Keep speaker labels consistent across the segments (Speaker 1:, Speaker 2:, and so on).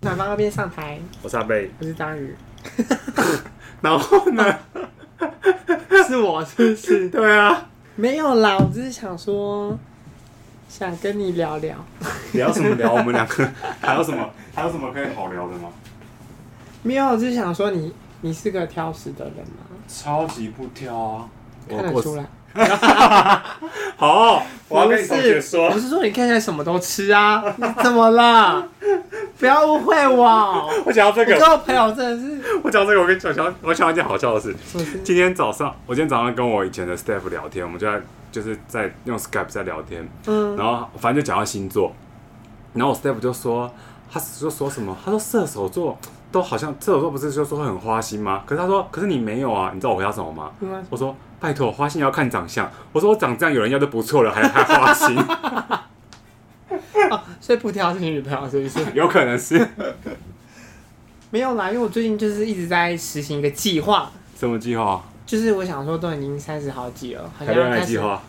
Speaker 1: 反方二辩上台，
Speaker 2: 我是阿贝。
Speaker 1: 我是章鱼，
Speaker 2: 然后呢？
Speaker 1: 是我是不是？
Speaker 2: 对啊，
Speaker 1: 没有啦，我只是想说，想跟你聊聊。
Speaker 2: 聊什么聊？我们两个 还有什么还有什么可以好聊的吗？
Speaker 1: 没有，我只是想说你，你是个挑食的人嘛，
Speaker 2: 超级不挑啊！
Speaker 1: 看得出来。
Speaker 2: 好，我要
Speaker 1: 不
Speaker 2: 跟你同学
Speaker 1: 是，
Speaker 2: 说
Speaker 1: 我，是说你看起来什么都吃啊，你怎么了？ 不要误会我，我
Speaker 2: 我讲到这
Speaker 1: 跟
Speaker 2: 个，
Speaker 1: 我朋友真的是
Speaker 2: 我讲到这个，我跟你讲讲，我讲到一件好笑的事。
Speaker 1: 什么事？
Speaker 2: 今天早上，我今天早上跟我以前的 staff 聊天，我们就在就是在用 Skype 在聊天，
Speaker 1: 嗯，
Speaker 2: 然后反正就讲到星座，然后我 staff 就说，他就说什么，他说射手座都好像射手座不是就说会很花心吗？可是他说，可是你没有啊，你知道我回答什么吗？
Speaker 1: 因为
Speaker 2: 我说拜托，花心也要看长相。我说我长这样有人要就不错了，还还花心，
Speaker 1: 哦，所以不挑是你女朋友是不是？
Speaker 2: 有可能是
Speaker 1: 没有啦，因为我最近就是一直在实行一个计划，
Speaker 2: 什么计划？
Speaker 1: 就是我想说都已经三十好几了，好
Speaker 2: 还
Speaker 1: 像
Speaker 2: 恋
Speaker 1: 要
Speaker 2: 爱
Speaker 1: 开
Speaker 2: 计
Speaker 1: 始
Speaker 2: 划？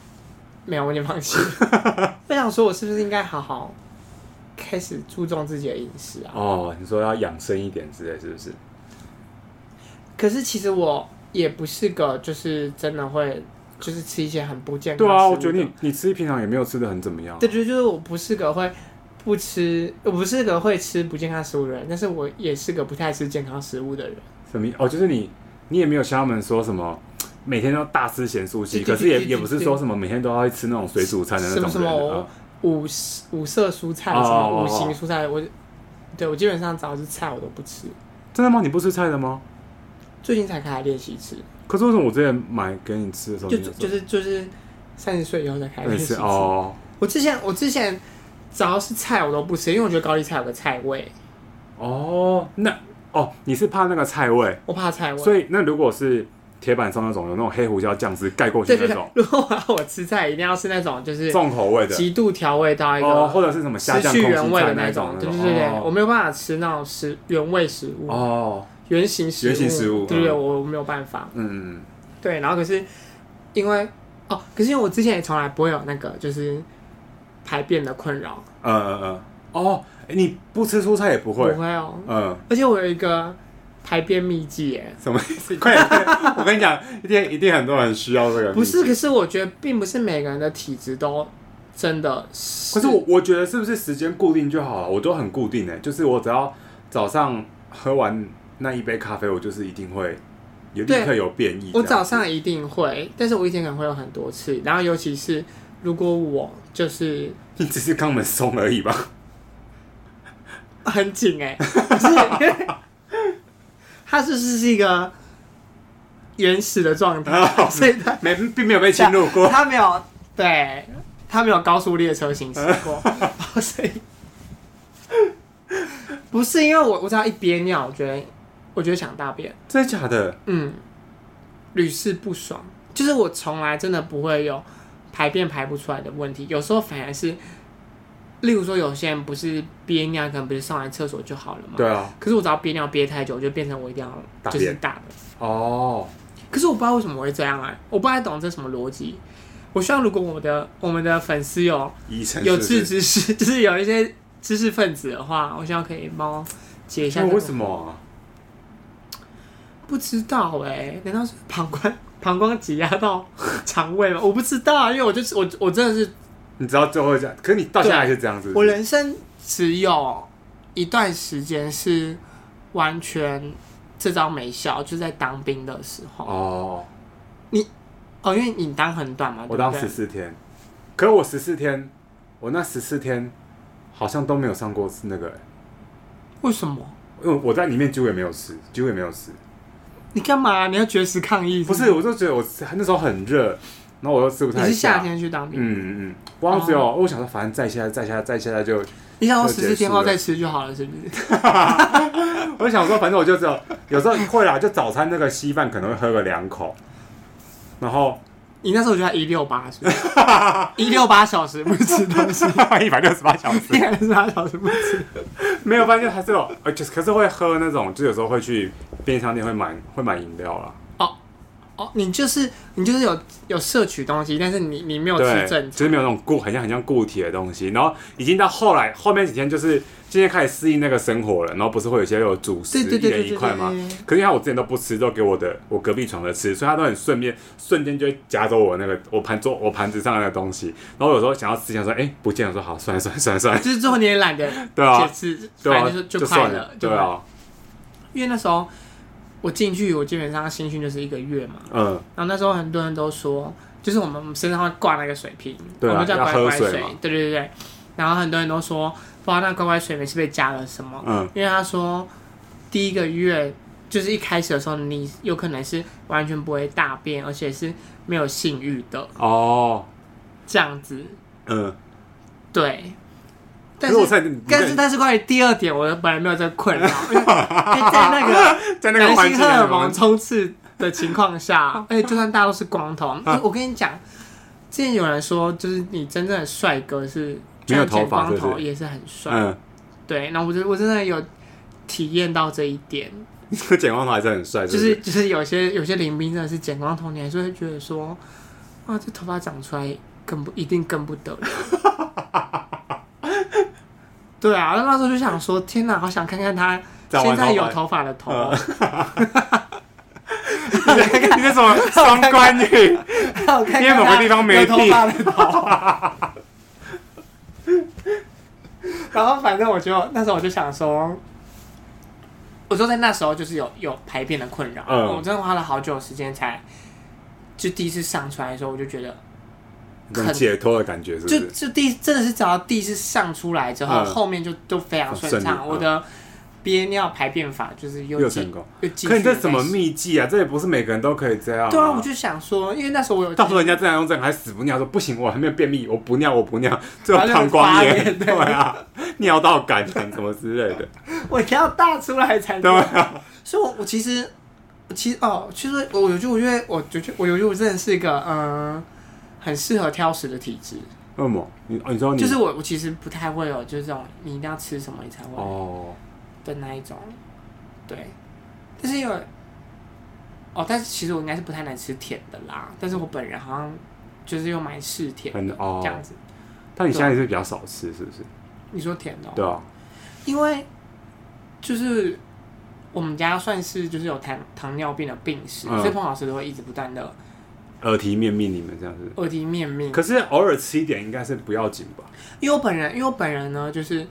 Speaker 1: 没有，我已经放弃了。 我想说，我是不是应该好好开始注重自己的饮食啊？
Speaker 2: 哦，你说要养生一点之类，是不是？
Speaker 1: 可是其实我也不是个就是真的会就是吃一些很不健康
Speaker 2: 对
Speaker 1: 的食物
Speaker 2: 啊，
Speaker 1: 的。
Speaker 2: 我觉得你你吃平常也没有吃的很怎么样。
Speaker 1: 对，就是就是我不是个会不吃，我不是个会吃不健康食物的人，但是我也是个不太吃健康食物的人。
Speaker 2: 什么意？哦，就是你，你也没有像他们说什么每天都大吃咸酥鸡，
Speaker 1: 对对
Speaker 2: 可是也
Speaker 1: 对对
Speaker 2: 也不是说什么每天都要去吃那种水煮餐的那
Speaker 1: 什
Speaker 2: 种
Speaker 1: 么
Speaker 2: 人
Speaker 1: 什么
Speaker 2: 啊
Speaker 1: 五十五色蔬菜，
Speaker 2: 哦
Speaker 1: 什
Speaker 2: 哦
Speaker 1: 么
Speaker 2: 哦
Speaker 1: 五行蔬菜，我对我基本上只要是菜我都不吃。
Speaker 2: 真的吗？你不吃菜的吗？
Speaker 1: 最近才开始练习吃，
Speaker 2: 可是为什么我之前买给你吃的时候，
Speaker 1: 就
Speaker 2: 你有说
Speaker 1: 就是就是三十岁以后才开始
Speaker 2: 你
Speaker 1: 练习
Speaker 2: 吃
Speaker 1: 吃。
Speaker 2: 哦
Speaker 1: 我之前我之前只要是菜我都不吃，因为我觉得高丽菜有个菜味，
Speaker 2: 哦，那哦，你是怕那个菜味，
Speaker 1: 我怕菜味。
Speaker 2: 所以那如果是铁板烧那种有那种黑胡椒酱汁盖过去
Speaker 1: 对对对
Speaker 2: 那 种，
Speaker 1: 如果我要我吃菜，一定要是那种就是
Speaker 2: 重口味的，
Speaker 1: 极度调味到一个、
Speaker 2: 哦，或者是什么虾
Speaker 1: 失
Speaker 2: 酱
Speaker 1: 去
Speaker 2: 空
Speaker 1: 原
Speaker 2: 心
Speaker 1: 味
Speaker 2: 菜
Speaker 1: 的那
Speaker 2: 种，
Speaker 1: 对
Speaker 2: 那
Speaker 1: 对
Speaker 2: 种
Speaker 1: 对对，我
Speaker 2: 哦
Speaker 1: 没有办法吃那种食原味食物、
Speaker 2: 哦，
Speaker 1: 原型食物、
Speaker 2: 原型食物
Speaker 1: 对对对，
Speaker 2: 嗯
Speaker 1: 我我没有办法。
Speaker 2: 嗯，嗯
Speaker 1: 对，然后可是因为哦，可是因为我之前也从来不会有那个就是排便的困扰，
Speaker 2: 嗯嗯嗯，哦，诶你不吃蔬菜也不
Speaker 1: 不
Speaker 2: 会，
Speaker 1: 会哦。
Speaker 2: 嗯。
Speaker 1: 而且我有一个排便秘籍耶，
Speaker 2: 什么意思？ 快点！快点我跟你讲，一定一定很多人需要这个。
Speaker 1: 不是，，可是我觉得并不是每个人的体质都真的是。
Speaker 2: 可是我我觉得是不是时间固定就好了？我都很固定诶、欸就是我只要早上喝完那一杯咖啡，我就是一定会有立
Speaker 1: 对
Speaker 2: 刻有变异。
Speaker 1: 我
Speaker 2: 这样
Speaker 1: 早
Speaker 2: 子
Speaker 1: 上一定会，但是我一天可能会有很多次，然后尤其是如果我就是
Speaker 2: 你只是肛门松而已吧？
Speaker 1: 很紧 哎、可是 它就是是一个原始的状态，所以它
Speaker 2: 没，并没有被侵入过。
Speaker 1: 它没有对它没有高速列车行驶过， 所以不是因为我我只要一憋尿，我觉得我觉得想大便，
Speaker 2: 真的假的？
Speaker 1: 嗯，屡试不爽，就是我从来真的不会有排便排不出来的问题，有时候反而是。例如说，有些人不是憋尿，可能不是上完厕所就好了嘛。
Speaker 2: 对啊，
Speaker 1: 可是我只要憋尿憋太久，就变成我一定
Speaker 2: 大
Speaker 1: 要就
Speaker 2: 便
Speaker 1: 是大的。
Speaker 2: 哦，
Speaker 1: 可是我不知道为什么会这样哎、我不太懂这什么逻辑。我希望如果我们的我们的粉丝有
Speaker 2: 医 生
Speaker 1: 有
Speaker 2: 自
Speaker 1: 志之士， 就是有一些知识分子的话，我希望可以帮我解一下、
Speaker 2: 那为什？么啊？
Speaker 1: 不知道哎、难道是膀胱 膀胱挤压到肠胃吗？我不知道啊，因为我就是我我真的是
Speaker 2: 你知道最后这样，可是你到现在还是这样子。
Speaker 1: 我人生只有一段时间是完全这招没效，就是在当兵的时候。
Speaker 2: 哦，
Speaker 1: 哦，因为你当很短嘛，
Speaker 2: 我当
Speaker 1: 对不
Speaker 2: 十
Speaker 1: 对
Speaker 2: 四天，可我十四天，我那十四天好像都没有上过那个、欸，
Speaker 1: 为什么？
Speaker 2: 因为我在里面几乎也没有吃，几乎也没有吃。
Speaker 1: 你干嘛？你要绝食抗议？
Speaker 2: 不是，，我就觉得我那时候很热，然后我又吃不
Speaker 1: 你
Speaker 2: 太下。
Speaker 1: 是夏。天去当兵，
Speaker 2: 嗯嗯，我好像只有、我想说，反正再下再下再下就，
Speaker 1: 你想说
Speaker 2: 就
Speaker 1: 十
Speaker 2: 结束
Speaker 1: 四天后
Speaker 2: 了
Speaker 1: 再吃就好了，是不是？
Speaker 2: 我就想说，反正我就只有有时候会啦，就早餐那个稀饭可能会喝个两口，然后
Speaker 1: 你那时候就在一六八，是不 是？一六八小时不吃东西，
Speaker 2: 一百六十八小
Speaker 1: 一
Speaker 2: 时
Speaker 1: 百六十八小时不吃。
Speaker 2: 没有，反正还是有，呃，就是可是会喝那种，就有时候会去便利商店会买会买饮料啦。
Speaker 1: 哦哦哦，你就是你就是有有摄取东西，但是你你没有吃正
Speaker 2: 对，就是
Speaker 1: 餐
Speaker 2: 没有那种固，很像很像固体的东西。然后已经到后来后面几天，就是渐渐开始适应那个生活了。然后不是会有些有主食
Speaker 1: 对对
Speaker 2: 一
Speaker 1: 对
Speaker 2: 人一
Speaker 1: 对
Speaker 2: 块
Speaker 1: 对
Speaker 2: 吗
Speaker 1: 对对？
Speaker 2: 可是因为我之前都不吃，都给我的我隔壁床的吃，所以他都很顺便瞬间就会夹走我那个我盘桌我盘子上的那个东西。然后有时候想要吃，想说哎、不见了，说好算了算了算了算了，
Speaker 1: 就是最后你也懒得
Speaker 2: 对啊
Speaker 1: 解释，
Speaker 2: 对
Speaker 1: 反
Speaker 2: 啊
Speaker 1: 正，就
Speaker 2: 就
Speaker 1: 快
Speaker 2: 算
Speaker 1: 了，
Speaker 2: 对
Speaker 1: 快乐
Speaker 2: 啊，
Speaker 1: 因为那时候我进去，我基本上新训就是一个月嘛，
Speaker 2: 嗯，
Speaker 1: 然后那时候很多人都说，就是我们我们身上会挂那个水瓶，
Speaker 2: 对啊
Speaker 1: 我们叫
Speaker 2: 要
Speaker 1: 乖
Speaker 2: 喝
Speaker 1: 乖
Speaker 2: 水嘛
Speaker 1: 对对对对，然后很多人都说，不知道那乖乖水里面是被加了什么，
Speaker 2: 嗯
Speaker 1: 因为他说第一个月就是一开始的时候，你有可能是完全不会大便，而且是没有性欲的
Speaker 2: 哦，
Speaker 1: 这样子，
Speaker 2: 嗯，
Speaker 1: 对，但
Speaker 2: 可我
Speaker 1: 是。
Speaker 2: 在你
Speaker 1: 但是，但是关于第二点，我本来没有这个困扰，因为 因为在那个
Speaker 2: 在那个
Speaker 1: 男
Speaker 2: 环
Speaker 1: 性
Speaker 2: 境
Speaker 1: 荷
Speaker 2: 里
Speaker 1: 尔
Speaker 2: 面
Speaker 1: 蒙冲刺的情况 下，而且就算大家都是光
Speaker 2: 啊
Speaker 1: 头，因为我跟你讲，之前有人说，就是你真正的帅哥是
Speaker 2: 没有
Speaker 1: 就算剪
Speaker 2: 头发
Speaker 1: 光
Speaker 2: 是
Speaker 1: 头
Speaker 2: 不是
Speaker 1: 也是很帅。
Speaker 2: 嗯，
Speaker 1: 对，那我就我真的有体验到这一点，
Speaker 2: 剪光头还是很帅，
Speaker 1: 就是
Speaker 2: 不
Speaker 1: 是就是有些有些林兵真的是剪光头，你还是会觉得说，啊，这头发长出来更不一定更不得 了。对啊，那时候就想说，天哪，好想看看他
Speaker 2: 在玩
Speaker 1: 现在
Speaker 2: 头
Speaker 1: 有
Speaker 2: 发
Speaker 1: 头发的头。
Speaker 2: 嗯 你那什么双关语？
Speaker 1: 我看看
Speaker 2: 因为某个地方没
Speaker 1: 有头发的头。 然后反正我就那时候我就想说，我说在那时候就是有有排便的困扰，
Speaker 2: 嗯
Speaker 1: 我真的花了好久的时间才就第一次上出来的时候，我就觉得
Speaker 2: 那种解脱的感觉是不？
Speaker 1: 就是就第一真的是只要第一次上出来之后，
Speaker 2: 嗯
Speaker 1: 后面就都非常顺
Speaker 2: 很顺利
Speaker 1: 畅，
Speaker 2: 嗯
Speaker 1: 我的憋尿排便法就是又
Speaker 2: 又
Speaker 1: 继
Speaker 2: 成功，
Speaker 1: 又继
Speaker 2: 可
Speaker 1: 续
Speaker 2: 你这什么
Speaker 1: 再
Speaker 2: 秘技啊？这也不是每个人都可以这样、
Speaker 1: 对啊，我就想说，因为那时候我有
Speaker 2: 到时候人家正常用正还死不尿，说不行，我还没有便秘，我不尿，我 不尿，最后
Speaker 1: 然后就
Speaker 2: 膀胱
Speaker 1: 发炎
Speaker 2: 炎，
Speaker 1: 对
Speaker 2: 对啊， 尿道感染什么之类的，
Speaker 1: 我一定要大出来才
Speaker 2: 对
Speaker 1: 对。
Speaker 2: 啊，
Speaker 1: 所以我，我其实，其实哦，其实我有句，我觉得我觉得我有句，我真的是一个嗯、呃很适合挑食的体质。
Speaker 2: 恶魔，你哦你说你
Speaker 1: 就是我，我其实不太会有，就是这种你一定要吃什么你才会
Speaker 2: 哦，
Speaker 1: 的那一种。对，但是因为哦，但是其实我应该是不太能吃甜的啦。但是我本人好像就是又蛮嗜甜
Speaker 2: 很
Speaker 1: 的、
Speaker 2: 哦
Speaker 1: 这样子。
Speaker 2: 但你现在也是比较少吃，是不是？
Speaker 1: 你说甜的、哦，
Speaker 2: 对啊，
Speaker 1: 因为就是我们家算是就是有糖糖尿病的病史，
Speaker 2: 嗯
Speaker 1: 所以彭老师都会一直不断的
Speaker 2: 耳提面命你们这样子，
Speaker 1: 耳提面命。
Speaker 2: 可是偶尔吃一点应该是不要紧吧？
Speaker 1: 因为我本人，因为我本人呢，就是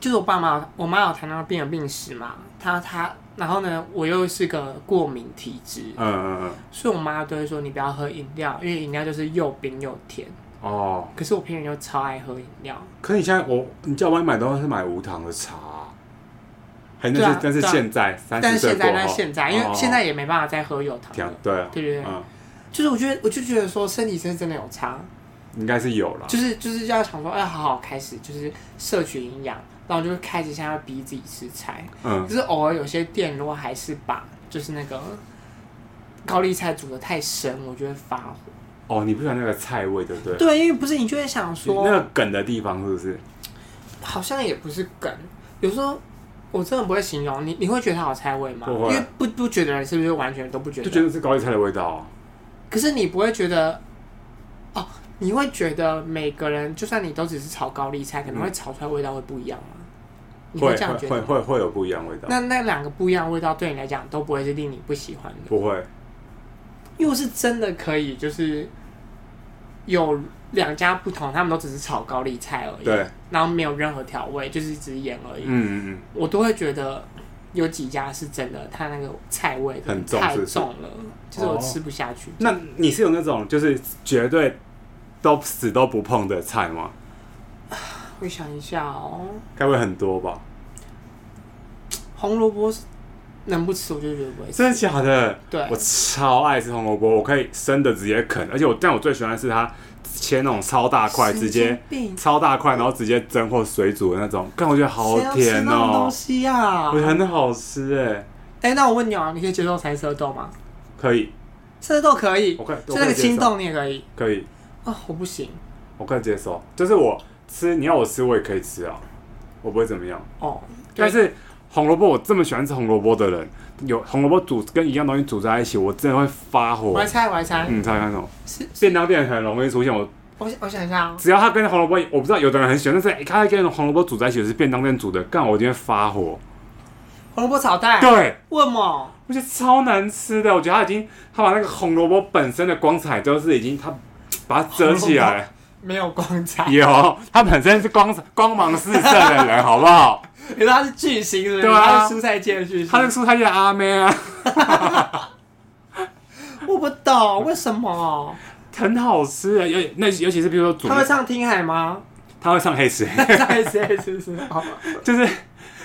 Speaker 1: 就是我爸妈，我妈有糖尿病的病史嘛，她她，然后呢，我又是个过敏体质，
Speaker 2: 嗯嗯嗯，
Speaker 1: 所以我妈都会说你不要喝饮料，因为饮料就是又冰又甜。
Speaker 2: 哦，
Speaker 1: 可是我平时又超爱喝饮料，
Speaker 2: 可是你现在我你叫外卖都是买无糖的茶啊，还那
Speaker 1: 对
Speaker 2: 是
Speaker 1: 啊
Speaker 2: 但是
Speaker 1: 对啊
Speaker 2: 现在三
Speaker 1: 但
Speaker 2: 十
Speaker 1: 是
Speaker 2: 岁
Speaker 1: 现
Speaker 2: 过
Speaker 1: 在，但
Speaker 2: 后，
Speaker 1: 是现在，因
Speaker 2: 哦
Speaker 1: 为现在也没办法再喝有糖
Speaker 2: 调
Speaker 1: 的，
Speaker 2: 对啊
Speaker 1: 对对对，
Speaker 2: 嗯，
Speaker 1: 就是我觉得，我就觉得说身体是真的有差，
Speaker 2: 应该是有啦。
Speaker 1: 就是就是要想说，哎，好好开始，就是摄取营养，然后就会开始现在要逼自己吃菜。
Speaker 2: 嗯
Speaker 1: 可，是偶尔有些店如果还是把就是那个高丽菜煮的太深，我就会发火。
Speaker 2: 哦，你不喜欢那个菜味，对不对？
Speaker 1: 对，因为不是你就会想
Speaker 2: 那
Speaker 1: 说，
Speaker 2: 个梗的地方是不是？
Speaker 1: 好像也不是梗，有时候我真的不会形容你，你会觉得它有菜味吗？
Speaker 2: 不
Speaker 1: 因
Speaker 2: 会
Speaker 1: 为不不觉得人是不是完全都不觉得？
Speaker 2: 就觉得是高丽菜的味道啊。
Speaker 1: 可是你不会觉得哦，你会觉得每个人就算你都只是炒高丽菜，可能会炒出来味道会不一样吗？你
Speaker 2: 嗯会
Speaker 1: 这样觉
Speaker 2: 会
Speaker 1: 得吗？
Speaker 2: 会会有不一样味道，
Speaker 1: 那那两个不一样的味道对你来讲都不会是令你不喜欢的。
Speaker 2: 不会，
Speaker 1: 因为我是真的可以，就是有两家不同，他们都只是炒高丽菜而已，
Speaker 2: 对，
Speaker 1: 然后没有任何调味，就是只是盐而已，
Speaker 2: 嗯嗯
Speaker 1: 我都会觉得有几家是真的，它那个菜味真的
Speaker 2: 很重
Speaker 1: 太
Speaker 2: 是不是
Speaker 1: 重了，就是我
Speaker 2: 哦
Speaker 1: 吃不下去。
Speaker 2: 那你是有那种就是绝对都死都不碰的菜吗？
Speaker 1: 我想一下哦，
Speaker 2: 该不会很多吧？
Speaker 1: 红萝卜是能不吃我就觉得不会吃，
Speaker 2: 真的假的？
Speaker 1: 对
Speaker 2: 我超爱吃红萝卜，我可以生的直接啃，而且我但我最喜欢的是它切那种超大块，
Speaker 1: 神
Speaker 2: 直接
Speaker 1: 经病
Speaker 2: 超大块，然后直接蒸或水煮的那种，但我觉得好
Speaker 1: 谁要吃
Speaker 2: 甜
Speaker 1: 那种
Speaker 2: 哦、
Speaker 1: 东西啊呀、
Speaker 2: 我觉得很好吃哎、
Speaker 1: 哎、那我问你哦，你可以接受三色豆吗？
Speaker 2: 可以，
Speaker 1: 三色豆可以，
Speaker 2: 我可以
Speaker 1: 就那个青
Speaker 2: 我
Speaker 1: 豆你也可以
Speaker 2: 可以，
Speaker 1: 啊、我不行
Speaker 2: 我可以接受，就是我吃你要我吃我也可以吃啊，我不会怎么样，
Speaker 1: 哦，
Speaker 2: 但是。红萝卜我这么喜欢吃红萝卜的人，有红萝卜煮跟一样东西煮在一起，我真的会发火
Speaker 1: 我来。猜，我来猜，
Speaker 2: 嗯，猜看什么？
Speaker 1: 是是，
Speaker 2: 便当店很容易出现我。
Speaker 1: 我想我想一下哦，
Speaker 2: 只要它跟红萝卜，我不知道有的人很喜欢，但是一看它跟红萝卜煮在一起，是便当店煮的，干我今天发火。
Speaker 1: 红萝卜炒蛋，
Speaker 2: 对，啊
Speaker 1: 为什么？
Speaker 2: 我觉得超难吃的，我觉得它已经，它把那个红萝卜本身的光彩，就是已经它把它遮起来。
Speaker 1: 没有光彩，你
Speaker 2: 有，它本身是光光芒四射 的人，好不好？
Speaker 1: 说它是巨星是不是？
Speaker 2: 对啊
Speaker 1: 它是蔬菜界的巨
Speaker 2: 他是
Speaker 1: 星，
Speaker 2: 蔬菜界的阿妹啊，
Speaker 1: 我不懂为什么
Speaker 2: 很好吃啊，尤那尤其是比如说煮
Speaker 1: 他，会唱《听海》吗？
Speaker 2: 他会唱黑水，
Speaker 1: 再一次，是不 是？哦
Speaker 2: 就是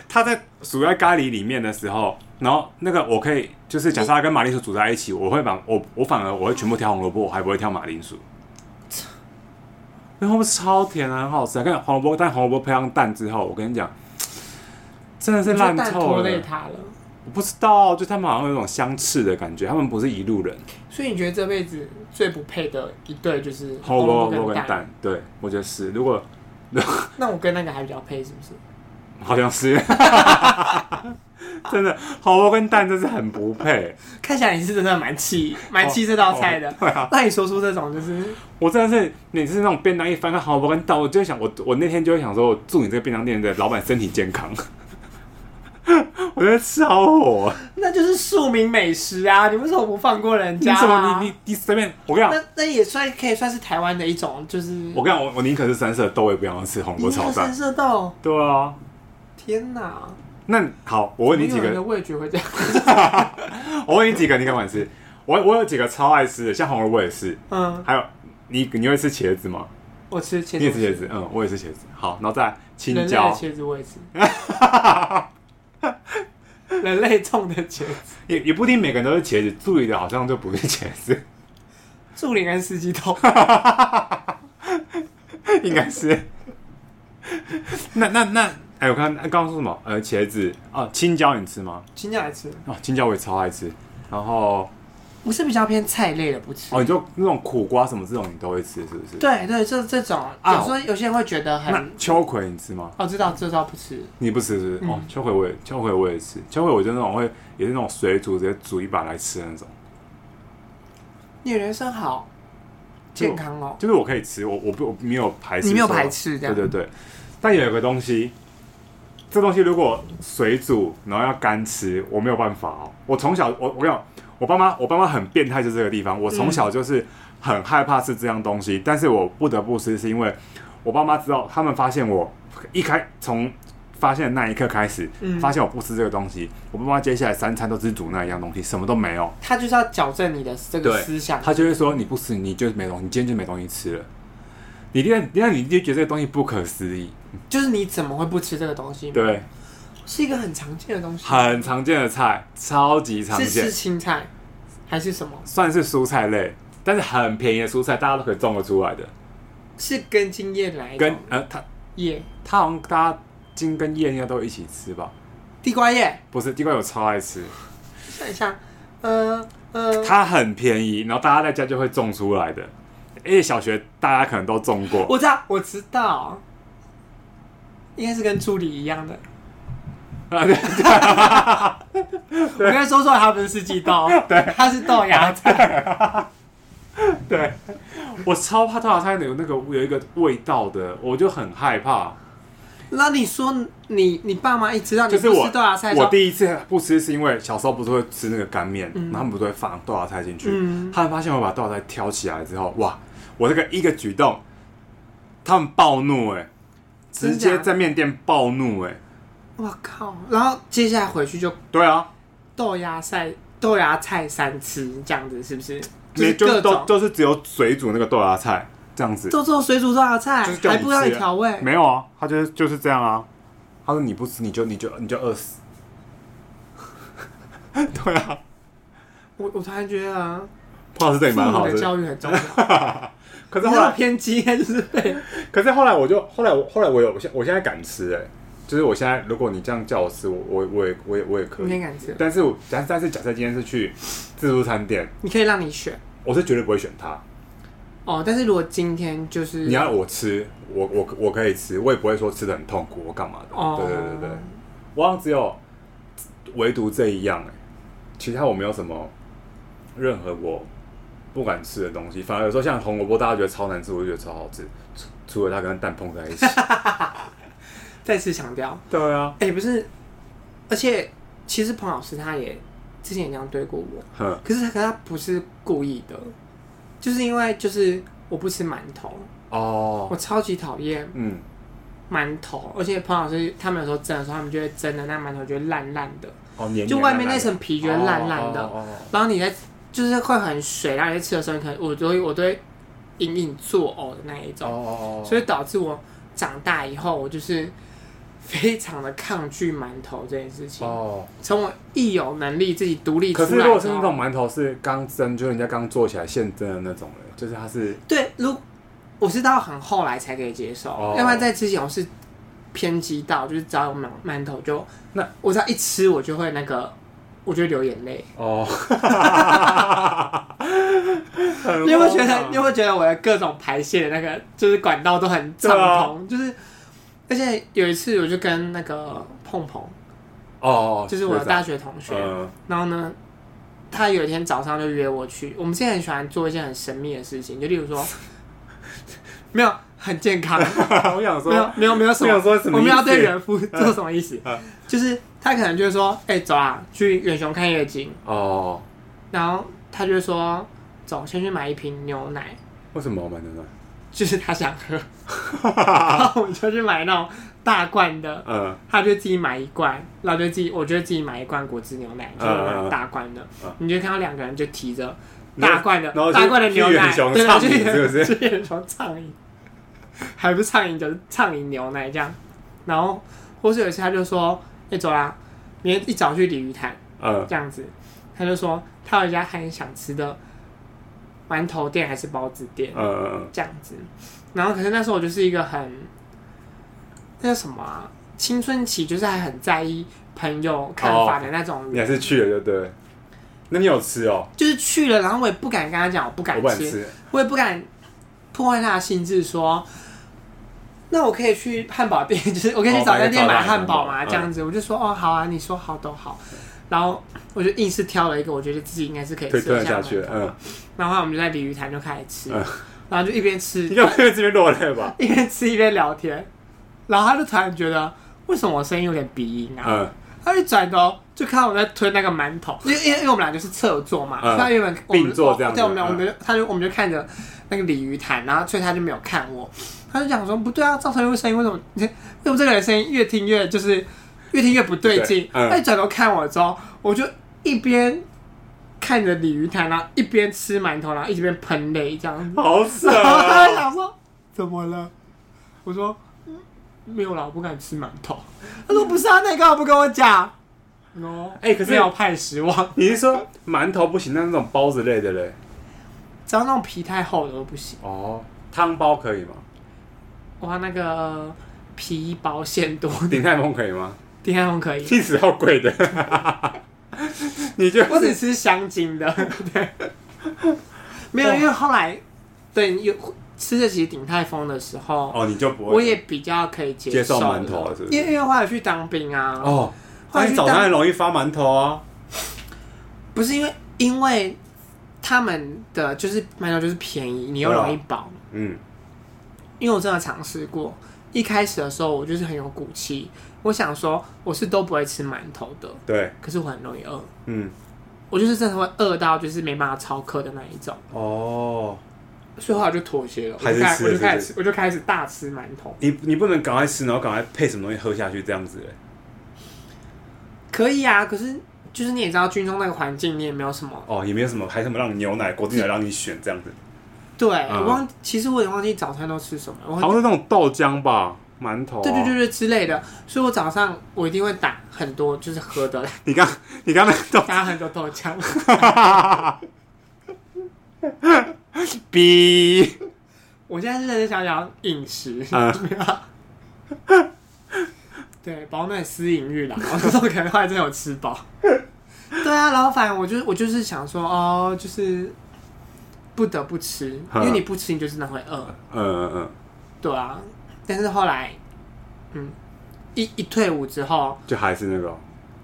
Speaker 2: 他在煮在咖喱里面的时候，然后那个我可以就是假设它跟马铃薯煮在一起，我会把我我反而我会全部挑红萝卜，我还不会挑马铃薯。那红萝卜超甜啊，很好吃啊！看红萝卜，但红萝卜配上蛋之后，我跟你讲，真的是烂
Speaker 1: 蛋
Speaker 2: 透
Speaker 1: 拖
Speaker 2: 了。
Speaker 1: 累他了。
Speaker 2: 我不知道，就他们好像有一种相斥的感觉，他们不是一路人。
Speaker 1: 所以你觉得这辈子最不配的一对就是
Speaker 2: 红萝卜、
Speaker 1: 红
Speaker 2: 萝卜
Speaker 1: 跟
Speaker 2: 跟蛋，对我觉得是。如果
Speaker 1: 那我跟那个还比较配，是不是？
Speaker 2: 好像是， 真的红萝卜跟蛋真是很不配。
Speaker 1: 看起来你是真的蛮气，蛮气这道菜的
Speaker 2: 哦。对啊，
Speaker 1: 那你说出这种就是
Speaker 2: 我真的是，你是那种便当一翻看红萝卜跟蛋，我就会想，我我那天就会想说，我祝你这个便当店的老板身体健康。 我觉得吃好火，
Speaker 1: 那就是庶民美食啊！你为什么不放过人
Speaker 2: 你
Speaker 1: 家、
Speaker 2: 怎么
Speaker 1: 啊？
Speaker 2: 你你你随便，我跟你讲，
Speaker 1: 那那也算可以算是台湾的一种，就是
Speaker 2: 我跟你讲，我我宁可是三色豆，我也不想要吃红萝卜炒
Speaker 1: 三
Speaker 2: 蛋。
Speaker 1: 色豆，
Speaker 2: 对啊，
Speaker 1: 天哪！
Speaker 2: 那好，我问你
Speaker 1: 怎
Speaker 2: 几
Speaker 1: 么有人
Speaker 2: 个
Speaker 1: 的味觉会这 样？
Speaker 2: 我问你几个，你敢不敢吃？我我有几个超爱吃的，像红萝卜也是，
Speaker 1: 嗯，
Speaker 2: 还有你你会吃茄子吗？
Speaker 1: 我吃茄子，
Speaker 2: 你也吃茄子，嗯，我也吃茄子。好，然后再来青
Speaker 1: 人类的
Speaker 2: 椒，
Speaker 1: 茄子我也吃，人 类种的茄子，
Speaker 2: 也也不一定每个人都是茄子，注意的好像就不是茄子，
Speaker 1: 助理跟司机 头，
Speaker 2: 应该是。那那那，哎、我看刚刚说什么？呃，茄子啊，青椒你吃吗？
Speaker 1: 青椒也吃。
Speaker 2: 哦，青椒我也超爱吃。然后
Speaker 1: 我是比较偏菜类的不吃。
Speaker 2: 哦，你就那种苦瓜什么这种你都会吃，是不是？。
Speaker 1: 对对，这这种，
Speaker 2: 啊
Speaker 1: 有时候有些人会觉得
Speaker 2: 那
Speaker 1: 很，
Speaker 2: 秋葵你吃吗？
Speaker 1: 哦，知道这招不吃，
Speaker 2: 你不吃是不是？哦
Speaker 1: 嗯，
Speaker 2: 秋葵我也秋葵我也吃，秋葵我就那种会也是那种水煮直接煮一把来吃的那种，
Speaker 1: 你人生好
Speaker 2: 就
Speaker 1: 健康哦。
Speaker 2: 就是我可以吃，我我不我没有排斥，
Speaker 1: 你没有排斥这样
Speaker 2: 对对对。但有一个东西，这东西如果水煮然后要干吃，我没有办法哦。我从小我我跟你讲，我爸妈我爸妈很变态，就这个地方，我从小就是很害怕吃这样东西，但是我不得不吃，是因为我爸妈知道，他们发现我一开从。发现的那一刻开始，
Speaker 1: 嗯
Speaker 2: 发现我不吃这个东西，我爸妈接下来三餐都只煮那一样东西，什么都没有。
Speaker 1: 他就是要矫正你的这个
Speaker 2: 对
Speaker 1: 思想，
Speaker 2: 他就会说你不吃，你就是没东西，你今天就没东西吃了。你那那你就觉得这个东西不可思议，
Speaker 1: 就是你怎么会不吃这个东西？，
Speaker 2: 对，
Speaker 1: 是一个很常见的东西，
Speaker 2: 很常见的菜，超级常
Speaker 1: 是是
Speaker 2: 见，
Speaker 1: 青菜还是什么？
Speaker 2: 算是蔬菜类，但是很便宜的蔬菜，大家都可以种得出来的。
Speaker 1: 是根茎叶来
Speaker 2: 跟
Speaker 1: 的
Speaker 2: 呃，它
Speaker 1: 叶，
Speaker 2: 它好像大家茎跟叶应该都一起吃吧？
Speaker 1: 地瓜叶，
Speaker 2: 不是，地瓜我超爱吃，
Speaker 1: 算一下，呃呃，
Speaker 2: 它很便宜，然后大家在家就会种出来的。而且小学大家可能都种过，
Speaker 1: 我知道，我知道，应该是跟助理一样的。
Speaker 2: 啊对
Speaker 1: 我刚才说错了，它不是四季豆，对，它是豆芽菜。
Speaker 2: 对，我超怕豆芽菜有那个有一个味道的，我就很害怕。
Speaker 1: 那你说你你爸妈一知道你
Speaker 2: 就是
Speaker 1: 不
Speaker 2: 我
Speaker 1: 吃豆芽菜的时
Speaker 2: 我
Speaker 1: 候，
Speaker 2: 第一次不吃是因为小时候不是会吃那个干面，然后他们不是会放豆芽菜进去，
Speaker 1: 嗯
Speaker 2: 他们发现我把豆芽菜挑起来之后，哇，我这个一个举动，他们暴怒哎、直
Speaker 1: 真假
Speaker 2: 接在面店暴怒哎、
Speaker 1: 我靠！然后接下来回去就
Speaker 2: 对啊，
Speaker 1: 豆芽菜豆芽菜三吃，这样子是不是？
Speaker 2: 你
Speaker 1: 是
Speaker 2: 就是
Speaker 1: 各
Speaker 2: 都
Speaker 1: 种
Speaker 2: 都是只有水煮那个豆芽菜这样子，
Speaker 1: 都做水煮豆芽菜
Speaker 2: 就是，叫
Speaker 1: 还
Speaker 2: 你
Speaker 1: 不让
Speaker 2: 吃
Speaker 1: 你调味，
Speaker 2: 没有啊，他就是就是这样啊，他说你不吃你就你就你就饿死， 对啊，
Speaker 1: 我我突然觉得啊，
Speaker 2: 不好是对你
Speaker 1: 父
Speaker 2: 蛮
Speaker 1: 母
Speaker 2: 好
Speaker 1: 的
Speaker 2: 的，
Speaker 1: 教育很 重要。
Speaker 2: 可
Speaker 1: 你
Speaker 2: 是后
Speaker 1: 这么
Speaker 2: 来
Speaker 1: 偏激，就是被
Speaker 2: 可是后来我就后来我后来我有我现我现在敢吃哎、就是我现在如果你这样叫我吃，我我我也我也我也可
Speaker 1: 你
Speaker 2: 以
Speaker 1: 先。敢吃，
Speaker 2: 但是我假但是假设今天是去自助餐店，
Speaker 1: 你可以让你选
Speaker 2: 我是绝对不会选它。
Speaker 1: 哦。但是如果今天就是
Speaker 2: 你要我吃，我我我可以吃，我也不会说吃的很痛苦，我干嘛的？
Speaker 1: 哦
Speaker 2: 对对对对，我好像只有唯独这一样、欸，其他我没有什么任何我不敢吃的东西，反而有时候像红萝卜，大家觉得超难吃，我就觉得超好吃，除除了它跟蛋碰 在一起。
Speaker 1: 再次强调，
Speaker 2: 对啊，
Speaker 1: 哎、不是，而且其实彭老师他也之前也这样对过我，
Speaker 2: 哼，
Speaker 1: 可是他可他不是故意的，就是因为就是我不吃馒头，我
Speaker 2: 哦，
Speaker 1: 超级讨厌
Speaker 2: 嗯，
Speaker 1: 馒头，而且彭老师他们有时候蒸的时候，他们就会蒸的那馒头就会烂烂的，
Speaker 2: 哦，黏黏
Speaker 1: 就外面
Speaker 2: 烂烂
Speaker 1: 那
Speaker 2: 的
Speaker 1: 层皮觉得烂烂的，
Speaker 2: 哦哦哦哦
Speaker 1: 然后你在就是会很水，然后你在吃的时候，你可能我都会我都会隐隐作呕的那一
Speaker 2: 哦
Speaker 1: 种，
Speaker 2: 哦哦，
Speaker 1: 所
Speaker 2: 以
Speaker 1: 以导致我长大以后，我就是非常的抗拒馒头这件事情。
Speaker 2: 哦，
Speaker 1: 从我一有能力自己独立出
Speaker 2: 可
Speaker 1: 来
Speaker 2: 是如果
Speaker 1: 之
Speaker 2: 是
Speaker 1: 后
Speaker 2: 那种馒头是刚蒸，就是人家刚做起来现蒸的那种嘞，就是它是
Speaker 1: 对，如我是到很后来才可以接受，
Speaker 2: 哦
Speaker 1: 要不然在之前我是偏激到就是只要有馒馒头就
Speaker 2: 那
Speaker 1: 我只要一吃我就会那个。我就会流眼泪，
Speaker 2: 哦，
Speaker 1: 你有没有觉
Speaker 2: 啊
Speaker 1: 得？你有没有觉得我的各种排泄的那个就是管道都很畅
Speaker 2: 啊
Speaker 1: 通？就是，而且有一次我就跟那个碰碰，
Speaker 2: 哦，
Speaker 1: 就是我的大
Speaker 2: 学
Speaker 1: 学同学，
Speaker 2: 嗯
Speaker 1: 然后呢，他有一天早上就约我去。我们现在很喜欢做一件很神秘的事情，就例如 说，没有很健康，
Speaker 2: 我想
Speaker 1: 没有
Speaker 2: 说，
Speaker 1: 没有没有什么，
Speaker 2: 我想说什么
Speaker 1: 我们
Speaker 2: 意思
Speaker 1: 要对人 夫做什么意思
Speaker 2: 嗯？
Speaker 1: 就是他可能就是说，哎、走啊，去远雄看夜景。
Speaker 2: 哦，
Speaker 1: 然后他就说，走，先去买一瓶牛奶，
Speaker 2: 为什么我买牛奶？
Speaker 1: 就是他想 喝，然后我们就去买那种大罐的。
Speaker 2: 嗯，
Speaker 1: 他就自己买一罐，然后就自己，我就自己买一罐果汁牛奶，就是那种大罐的。
Speaker 2: 嗯
Speaker 1: 你就看到两个人就提着
Speaker 2: 你就
Speaker 1: 大罐的
Speaker 2: 然后去
Speaker 1: 大罐的牛
Speaker 2: 去
Speaker 1: 奶，
Speaker 2: 远雄
Speaker 1: 对
Speaker 2: 畅
Speaker 1: 对，
Speaker 2: 饮
Speaker 1: 去
Speaker 2: 是不 是
Speaker 1: 去远雄畅饮，还不是畅饮，就是畅饮牛奶这样。然后或是有一次他就说：“哎、走啦，明天一早去鲤鱼潭
Speaker 2: 嗯，
Speaker 1: 这样子。”他就说他有一家很想吃的馒头店还是包子店，
Speaker 2: 嗯，
Speaker 1: 这样子。然后可是那时候我就是一个很那叫什么、啊、青春期，就是还很在意朋友看法的那种
Speaker 2: 你
Speaker 1: 人，
Speaker 2: 还是去哦了，对不对？那你有吃哦？
Speaker 1: 就是去了，然后我也不敢跟他讲我不敢
Speaker 2: 我
Speaker 1: 吃，
Speaker 2: 不敢吃，
Speaker 1: 我也不敢破坏他的兴致说。那我可以去汉堡店，就是我可以去
Speaker 2: 哦
Speaker 1: 早餐店
Speaker 2: 买
Speaker 1: 买
Speaker 2: 个早餐
Speaker 1: 汉堡吗？
Speaker 2: 嗯
Speaker 1: 这样子，我就说哦好啊，你说好都好，然后我就硬是挑了一个我觉得自己应该是可以
Speaker 2: 推
Speaker 1: 吃
Speaker 2: 推
Speaker 1: 得
Speaker 2: 了
Speaker 1: 下
Speaker 2: 下
Speaker 1: 的
Speaker 2: 去，
Speaker 1: 汉堡
Speaker 2: 嗯，
Speaker 1: 然后后来我们就在鲤鱼潭就开始吃，
Speaker 2: 嗯
Speaker 1: 然后就一边吃，
Speaker 2: 你该不会这边落泪吧？
Speaker 1: 一边吃一边聊天，然后他就突然觉得为什么我声音有点鼻音啊？
Speaker 2: 嗯，
Speaker 1: 他一转头就看到我在推那个馒头，因为因为因为我们俩就是侧坐嘛，所
Speaker 2: 嗯
Speaker 1: 以他原本我们
Speaker 2: 并坐这样子
Speaker 1: 对，我们俩我们就他就我们就看着那个鲤鱼潭，然后所以他就没有看我，他就讲说不对啊，赵成佑声音为什么你为什么这个人声音越听越就是越听越不对劲？
Speaker 2: 对嗯
Speaker 1: 他一转头看我之后，我就一边看着鲤鱼潭，然后一边吃馒头，然后一边喷泪这样子。
Speaker 2: 好扯
Speaker 1: 然后他就
Speaker 2: 哦，
Speaker 1: 想说怎么了？我说嗯没有啦，我不敢吃馒头。他说不是啊，那你干嘛不跟我讲？哦，
Speaker 2: 哎可是
Speaker 1: 没有派失望，
Speaker 2: 你是说馒头不行，那那种包子类的嘞？
Speaker 1: 只要那种皮太厚的都不行。
Speaker 2: 哦，汤包可以吗？
Speaker 1: 哇，那个皮薄馅多，
Speaker 2: 鼎泰丰可以吗？
Speaker 1: 丁香红可以。
Speaker 2: 历史好贵的， 你就
Speaker 1: 我只吃香精的， 对，没有，因为后来对有吃得起鼎泰丰的时候，
Speaker 2: 哦，你就不会
Speaker 1: 我也比较可以接
Speaker 2: 接受
Speaker 1: 受
Speaker 2: 馒头了是不是
Speaker 1: 因为因为后来去当兵啊，
Speaker 2: 哦，
Speaker 1: 后来
Speaker 2: 但
Speaker 1: 去
Speaker 2: 是早
Speaker 1: 当
Speaker 2: 上很容易发馒头啊。
Speaker 1: 不是因为因为他们的就是馒头就是便宜，你又容易饱。
Speaker 2: 嗯，
Speaker 1: 因为我真的尝试过，一开始的时候我就是很有骨气，我想说我是都不会吃馒头的，
Speaker 2: 对，
Speaker 1: 可是我很容易饿，
Speaker 2: 嗯，
Speaker 1: 我就是真的会饿到就是没办法超课的那一种，
Speaker 2: 哦，
Speaker 1: 所以后来我就妥协了，我
Speaker 2: 还
Speaker 1: 就是开
Speaker 2: 吃
Speaker 1: 我就
Speaker 2: 了
Speaker 1: 开
Speaker 2: 是
Speaker 1: 始我就开始大吃馒头，
Speaker 2: 你你不能赶快吃，然后赶快配什么东西喝下去这样子欸。
Speaker 1: 可以啊，可是就是你也知道军中那个环境，你也没有什么
Speaker 2: 哦，也没有什么，还什么让你牛奶、果汁奶让你选这样子，
Speaker 1: 对，
Speaker 2: 嗯
Speaker 1: 我忘其实我也忘记早餐都吃什么，我
Speaker 2: 好像是那种豆浆吧，馒头啊。
Speaker 1: 对对对对之类的，所以我早上我一定会打很多就是喝的，
Speaker 2: 你刚你刚那豆
Speaker 1: 打很多豆浆，
Speaker 2: 逼，
Speaker 1: 我现在是认真想讲饮食，
Speaker 2: 嗯
Speaker 1: 对，保暖私隐欲啦， 我那时候可能后来真的有吃饱。对啊，然后反正我就我就是想说，哦，就是不得不吃，因为你不吃你就真的会饿，
Speaker 2: 嗯嗯嗯，
Speaker 1: 对啊。但是后来，嗯，一一退伍之后，
Speaker 2: 就还是那个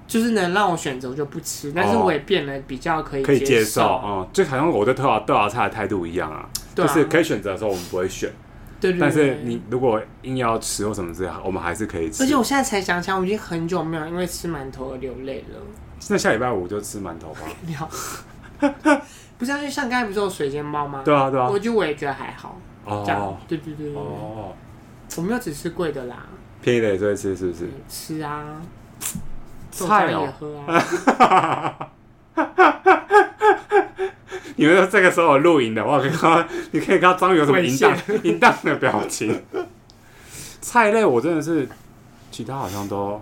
Speaker 1: 就是能让我选择，我就不吃。但是我也变得比较可以
Speaker 2: 哦可以接受
Speaker 1: 受，
Speaker 2: 哦、嗯，就好像我对豆芽豆芽菜的态度一样啊，
Speaker 1: 对啊嗯
Speaker 2: 就是可以选择的时候我们不会选，
Speaker 1: 对对对。
Speaker 2: 但是你如果硬要吃或什么之类，我们还是可以吃。
Speaker 1: 而且我现在才想起来，我已经很久没有因为吃馒头而流泪了。
Speaker 2: 那下礼拜五就吃馒头吧。
Speaker 1: 你好， 不是、啊，就像刚才不是有水煎包吗？、
Speaker 2: 对啊，对啊。
Speaker 1: 我觉得我也觉得还好，这样。
Speaker 2: 哦
Speaker 1: 对对对对对，
Speaker 2: 哦，
Speaker 1: 我没有只吃贵的啦，
Speaker 2: 便宜的也是会吃，是不是？
Speaker 1: 吃啊，豆
Speaker 2: 菜
Speaker 1: 浆也
Speaker 2: 哦，
Speaker 1: 喝啊，
Speaker 2: 你们说这个时候有录影的话，可以看到，你可以看到章鱼有什么
Speaker 1: 危
Speaker 2: 淫
Speaker 1: 险
Speaker 2: 荡 淫荡的表情。菜类我真的是，其他好像都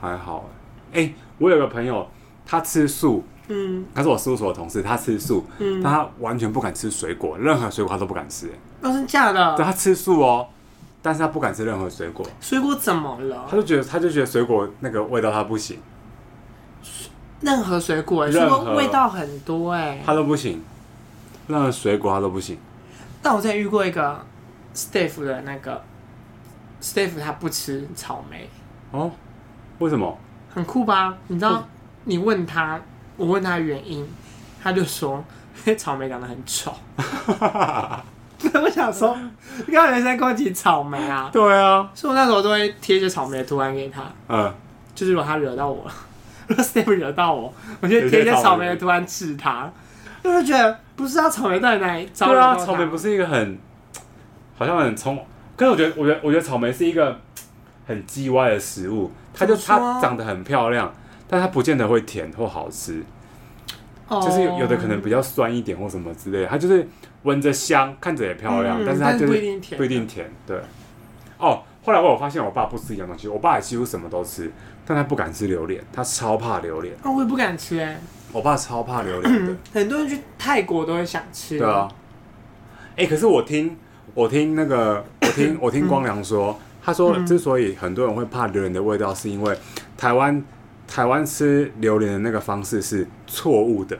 Speaker 2: 还好欸。哎、我有个朋友，他吃素，
Speaker 1: 嗯
Speaker 2: 他是我事务所的同事，他吃素，但
Speaker 1: 嗯，
Speaker 2: 他完全不敢吃水果，任何水果他都不敢吃。
Speaker 1: 那是假
Speaker 2: 对，
Speaker 1: 哦的。
Speaker 2: 他吃素哦，但是他不敢吃任何水果，
Speaker 1: 水果怎么
Speaker 2: 他
Speaker 1: 了？
Speaker 2: 就觉得他就觉得水果那个味道他不行，
Speaker 1: 任何水果、欸，水
Speaker 2: 任何
Speaker 1: 果味道很多哎、
Speaker 2: 他都不行，任何水果他都不行。
Speaker 1: 但我之前遇过一个 Steve 的那个 Steve，他不吃草莓，
Speaker 2: 哦，为什么？
Speaker 1: 很酷吧？你知道，你问他，我问他原因，他就说 草莓长得很 丑。我想说，你刚才在跟我提草莓啊，
Speaker 2: 对啊，
Speaker 1: 所以我那时候都会贴一些草莓的图案给他，
Speaker 2: 嗯，
Speaker 1: 就是如果他惹到我， 如果 Steve 惹到我，我就贴一些草莓的图案治他，因为我觉得不知道草莓到底哪里招
Speaker 2: 对
Speaker 1: 惹
Speaker 2: 啊，
Speaker 1: 到他
Speaker 2: 草莓不是一个很，好像很冲，可是我觉得，我觉得，我觉得草莓是一个很叽歪的食物，它就
Speaker 1: 怎么说
Speaker 2: 它长得很漂亮，但它不见得会甜或好吃，
Speaker 1: 哦
Speaker 2: 就是有有的可能比较酸一点或什么之类的，它就是闻着香，看着也漂亮，
Speaker 1: 嗯
Speaker 2: 但是它就
Speaker 1: 不一
Speaker 2: 是
Speaker 1: 定甜，
Speaker 2: 不一定甜。对，哦，后来我有发现我爸不吃一样东西，我爸也几乎什么都吃，但他不敢吃榴莲，他超怕榴莲，
Speaker 1: 啊，我也不敢吃哎、
Speaker 2: 我爸超怕榴 莲的。
Speaker 1: 很多人去泰国都会想吃，
Speaker 2: 对啊，，哎、可是我听我听那个我 听我听光良说，他说
Speaker 1: 嗯
Speaker 2: 之所以很多人会怕榴莲的味道，是因为台湾台湾吃榴莲的那个方式是错误的。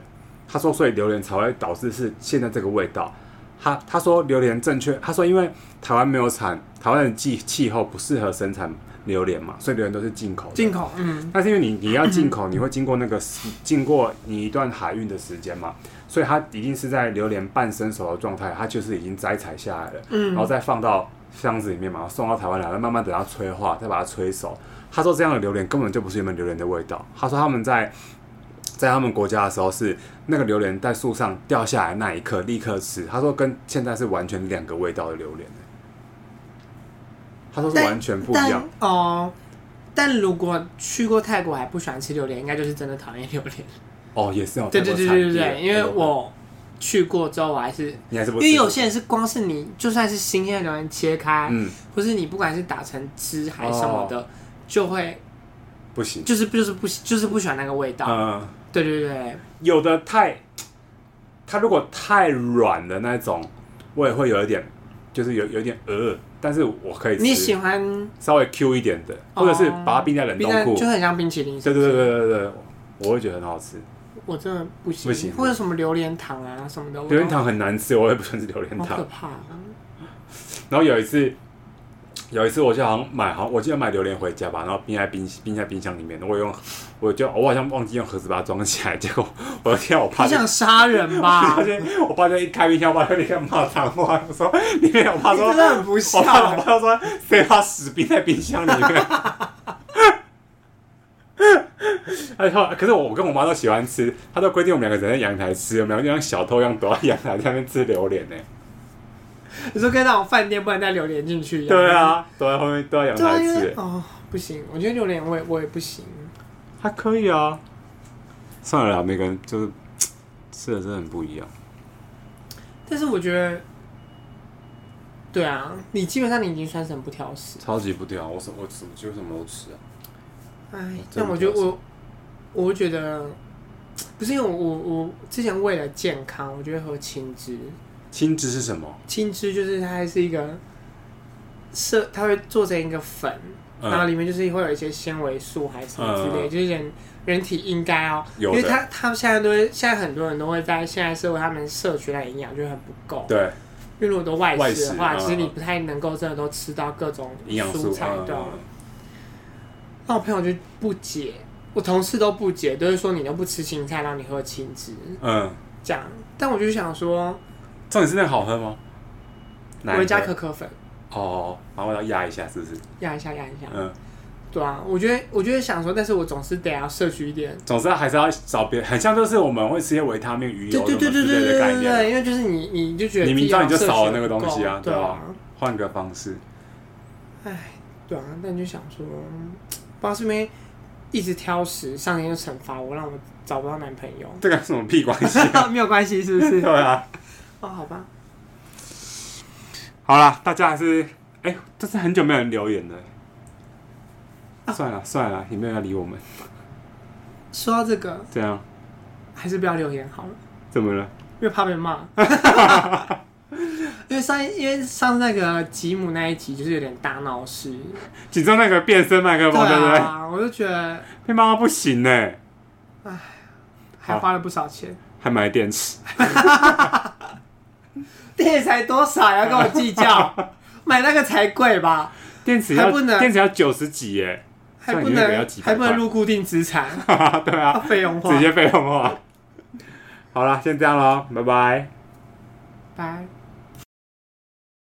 Speaker 2: 他说，所以榴莲才会导致是现在这个味道。他他说榴莲正确，他说因为台湾没有产，台湾的气气候不适合生产榴莲嘛，所以榴莲都是进口的。
Speaker 1: 进口，嗯，
Speaker 2: 但是因为你你要进口，你会经过那个时经过你一段海运的时间嘛，所以它一定是在榴莲半生熟的状态，它就是已经摘采下来了，
Speaker 1: 嗯
Speaker 2: 然后再放到箱子里面嘛，送到台湾来，再慢慢等它催化，再把它催熟。他说这样的榴莲根本就不是原本榴莲的味道。他说他们在在他们国家的时候是那个榴莲在树上掉下来那一刻立刻吃，他说跟现在是完全两个味道的榴莲、他说是
Speaker 1: 但
Speaker 2: 完全不一
Speaker 1: 但
Speaker 2: 样。
Speaker 1: 哦。但如果去过泰国还不喜欢吃榴莲，应该就是真的讨厌榴 莲。
Speaker 2: 哦，也是哦，
Speaker 1: 对对对对对对，因为
Speaker 2: 我。
Speaker 1: 我去过之后，我还是
Speaker 2: 你还是不
Speaker 1: 因
Speaker 2: 吃
Speaker 1: 为有些人是光是你就算是新鲜的榴莲切开，
Speaker 2: 嗯哦
Speaker 1: 或是你不管是打成汁还是什么的，就会
Speaker 2: 不行，
Speaker 1: 就是就是不就是不喜欢那个味道。
Speaker 2: 嗯，
Speaker 1: 对对对，
Speaker 2: 有的太，它如果太软的那种，我也会有一点，就是有有一点呃，但是我可以吃，
Speaker 1: 你喜欢
Speaker 2: 稍微 Q 一点的，或者是把它冰在冷
Speaker 1: 冰
Speaker 2: 冻
Speaker 1: 在
Speaker 2: 库，
Speaker 1: 就很像冰淇淋，
Speaker 2: 对对对对对对，我会觉得很好吃。
Speaker 1: 我真的不行，
Speaker 2: 不行
Speaker 1: 或者什么榴莲糖啊什么的，我都
Speaker 2: 榴莲糖很难吃，我也不喜欢吃榴莲
Speaker 1: 好可
Speaker 2: 糖。
Speaker 1: 怕、啊。
Speaker 2: 然后有一次，有一次我就好像买，好像我记得买榴莲回家吧，然后冰在冰冰在冰箱里面，我用我就我好像忘记用盒子把它装起来，结果我天啊，我怕
Speaker 1: 你想杀人 吧
Speaker 2: 发？现我爸就一开冰箱，我爸就立刻骂脏话，我说里面我爸
Speaker 1: 你
Speaker 2: 说
Speaker 1: 真，的很不
Speaker 2: 我爸
Speaker 1: 孝
Speaker 2: 我。爸就说谁把屎冰在冰箱里面？ 哎，后来可是我跟我妈都喜欢吃，她都规定我们两个人在阳台吃，我们两个就像小偷一样躲在阳台在那边吃榴莲呢、
Speaker 1: 你说跟那种饭店不能带榴莲进去一样。
Speaker 2: 对，啊，躲在后面躲在阳
Speaker 1: 对啊，
Speaker 2: 台
Speaker 1: 因
Speaker 2: 吃、
Speaker 1: 为哦不行，我觉得榴莲我也我也不行。
Speaker 2: 还可以啊。算了啦，每个人就是吃的真的很不一样。
Speaker 1: 但是我觉得，对啊，你基本上你已经算是很不挑食。
Speaker 2: 超级不挑，我什我什么几乎什么都吃啊。
Speaker 1: 哎，但
Speaker 2: 真的
Speaker 1: 我觉
Speaker 2: 不
Speaker 1: 得
Speaker 2: 挑食
Speaker 1: 我，我会觉得不是因为我我我之前为了健康，我就会喝青汁。
Speaker 2: 青汁是什么？
Speaker 1: 青汁就是它还是一个设，它会做成一个粉，
Speaker 2: 嗯
Speaker 1: 然后里面就是会有一些纤维素还是什么之类，
Speaker 2: 嗯
Speaker 1: 就是人人体应该要，
Speaker 2: 有
Speaker 1: 因
Speaker 2: 的
Speaker 1: 为它它现在都会，现在很多人都会在现在社会，他们摄取的营养就很不够，
Speaker 2: 对，
Speaker 1: 因为如果都外
Speaker 2: 外
Speaker 1: 食
Speaker 2: 食
Speaker 1: 的话，
Speaker 2: 嗯
Speaker 1: 其实你不太能够真的都吃到各种
Speaker 2: 营养
Speaker 1: 蔬
Speaker 2: 素
Speaker 1: 菜
Speaker 2: 嗯
Speaker 1: 对啊
Speaker 2: 嗯嗯
Speaker 1: 那我朋友就不解，我同事都不解，都会说你都不吃青菜，让你喝青汁
Speaker 2: 嗯，
Speaker 1: 这样。但我就想说，
Speaker 2: 重点是那个好喝吗？
Speaker 1: 我
Speaker 2: 哪一
Speaker 1: 会加可
Speaker 2: 个
Speaker 1: 可粉
Speaker 2: 哦，然后我要压一下，是不是？
Speaker 1: 压一下压一下。
Speaker 2: 嗯，
Speaker 1: 对啊，我觉得我觉得想说，但是我总是得要摄取一点。
Speaker 2: 总之还是要找别，很像就是我们会吃一些维他命鱼
Speaker 1: 对
Speaker 2: 油
Speaker 1: 对
Speaker 2: 什么
Speaker 1: 对对
Speaker 2: 之
Speaker 1: 对
Speaker 2: 类的
Speaker 1: 对
Speaker 2: 概
Speaker 1: 对对，
Speaker 2: 念，啊
Speaker 1: 因为就是你你就觉得
Speaker 2: 你
Speaker 1: 自
Speaker 2: 明
Speaker 1: 己
Speaker 2: 知道你就
Speaker 1: 要摄取
Speaker 2: 少了
Speaker 1: 得
Speaker 2: 那个东西啊
Speaker 1: 够对
Speaker 2: 对
Speaker 1: 啊，
Speaker 2: 换个方式。
Speaker 1: 对啊，但就想说，嗯不知道是因为一直挑食，上天就惩罚我，让我找不到男朋 友。
Speaker 2: 这个有什么屁关 系？
Speaker 1: 没有关系，是不
Speaker 2: 对
Speaker 1: 是？
Speaker 2: 啊，
Speaker 1: 哦，好吧，
Speaker 2: 好啦，大家还是哎，这是很久没有人留言了。
Speaker 1: 啊
Speaker 2: 算了算了，也没有要理我们，
Speaker 1: 说到这个，
Speaker 2: 这样
Speaker 1: 还是不要留言好了，
Speaker 2: 怎么了？
Speaker 1: 因为怕被 骂。因为上一因为上次那个吉姆那一集就是有点大闹事，
Speaker 2: 紧张那个变身麦克
Speaker 1: 对
Speaker 2: 风，对不对？
Speaker 1: 啊，我就觉得
Speaker 2: 被骂到不行呢，
Speaker 1: 还花了不少钱，
Speaker 2: 还买电池，
Speaker 1: 电才多少啊要跟我计 较，买那个才贵吧，
Speaker 2: 电池要
Speaker 1: 还不能
Speaker 2: 电池要九十几耶，
Speaker 1: 还
Speaker 2: 算
Speaker 1: 不
Speaker 2: 你那个要
Speaker 1: 能
Speaker 2: 几百
Speaker 1: 还不能
Speaker 2: 块
Speaker 1: 入固定资 产，
Speaker 2: 对啊，
Speaker 1: 要费用化
Speaker 2: 直，接废用话。好啦，先这样喽，拜拜。
Speaker 1: 拜。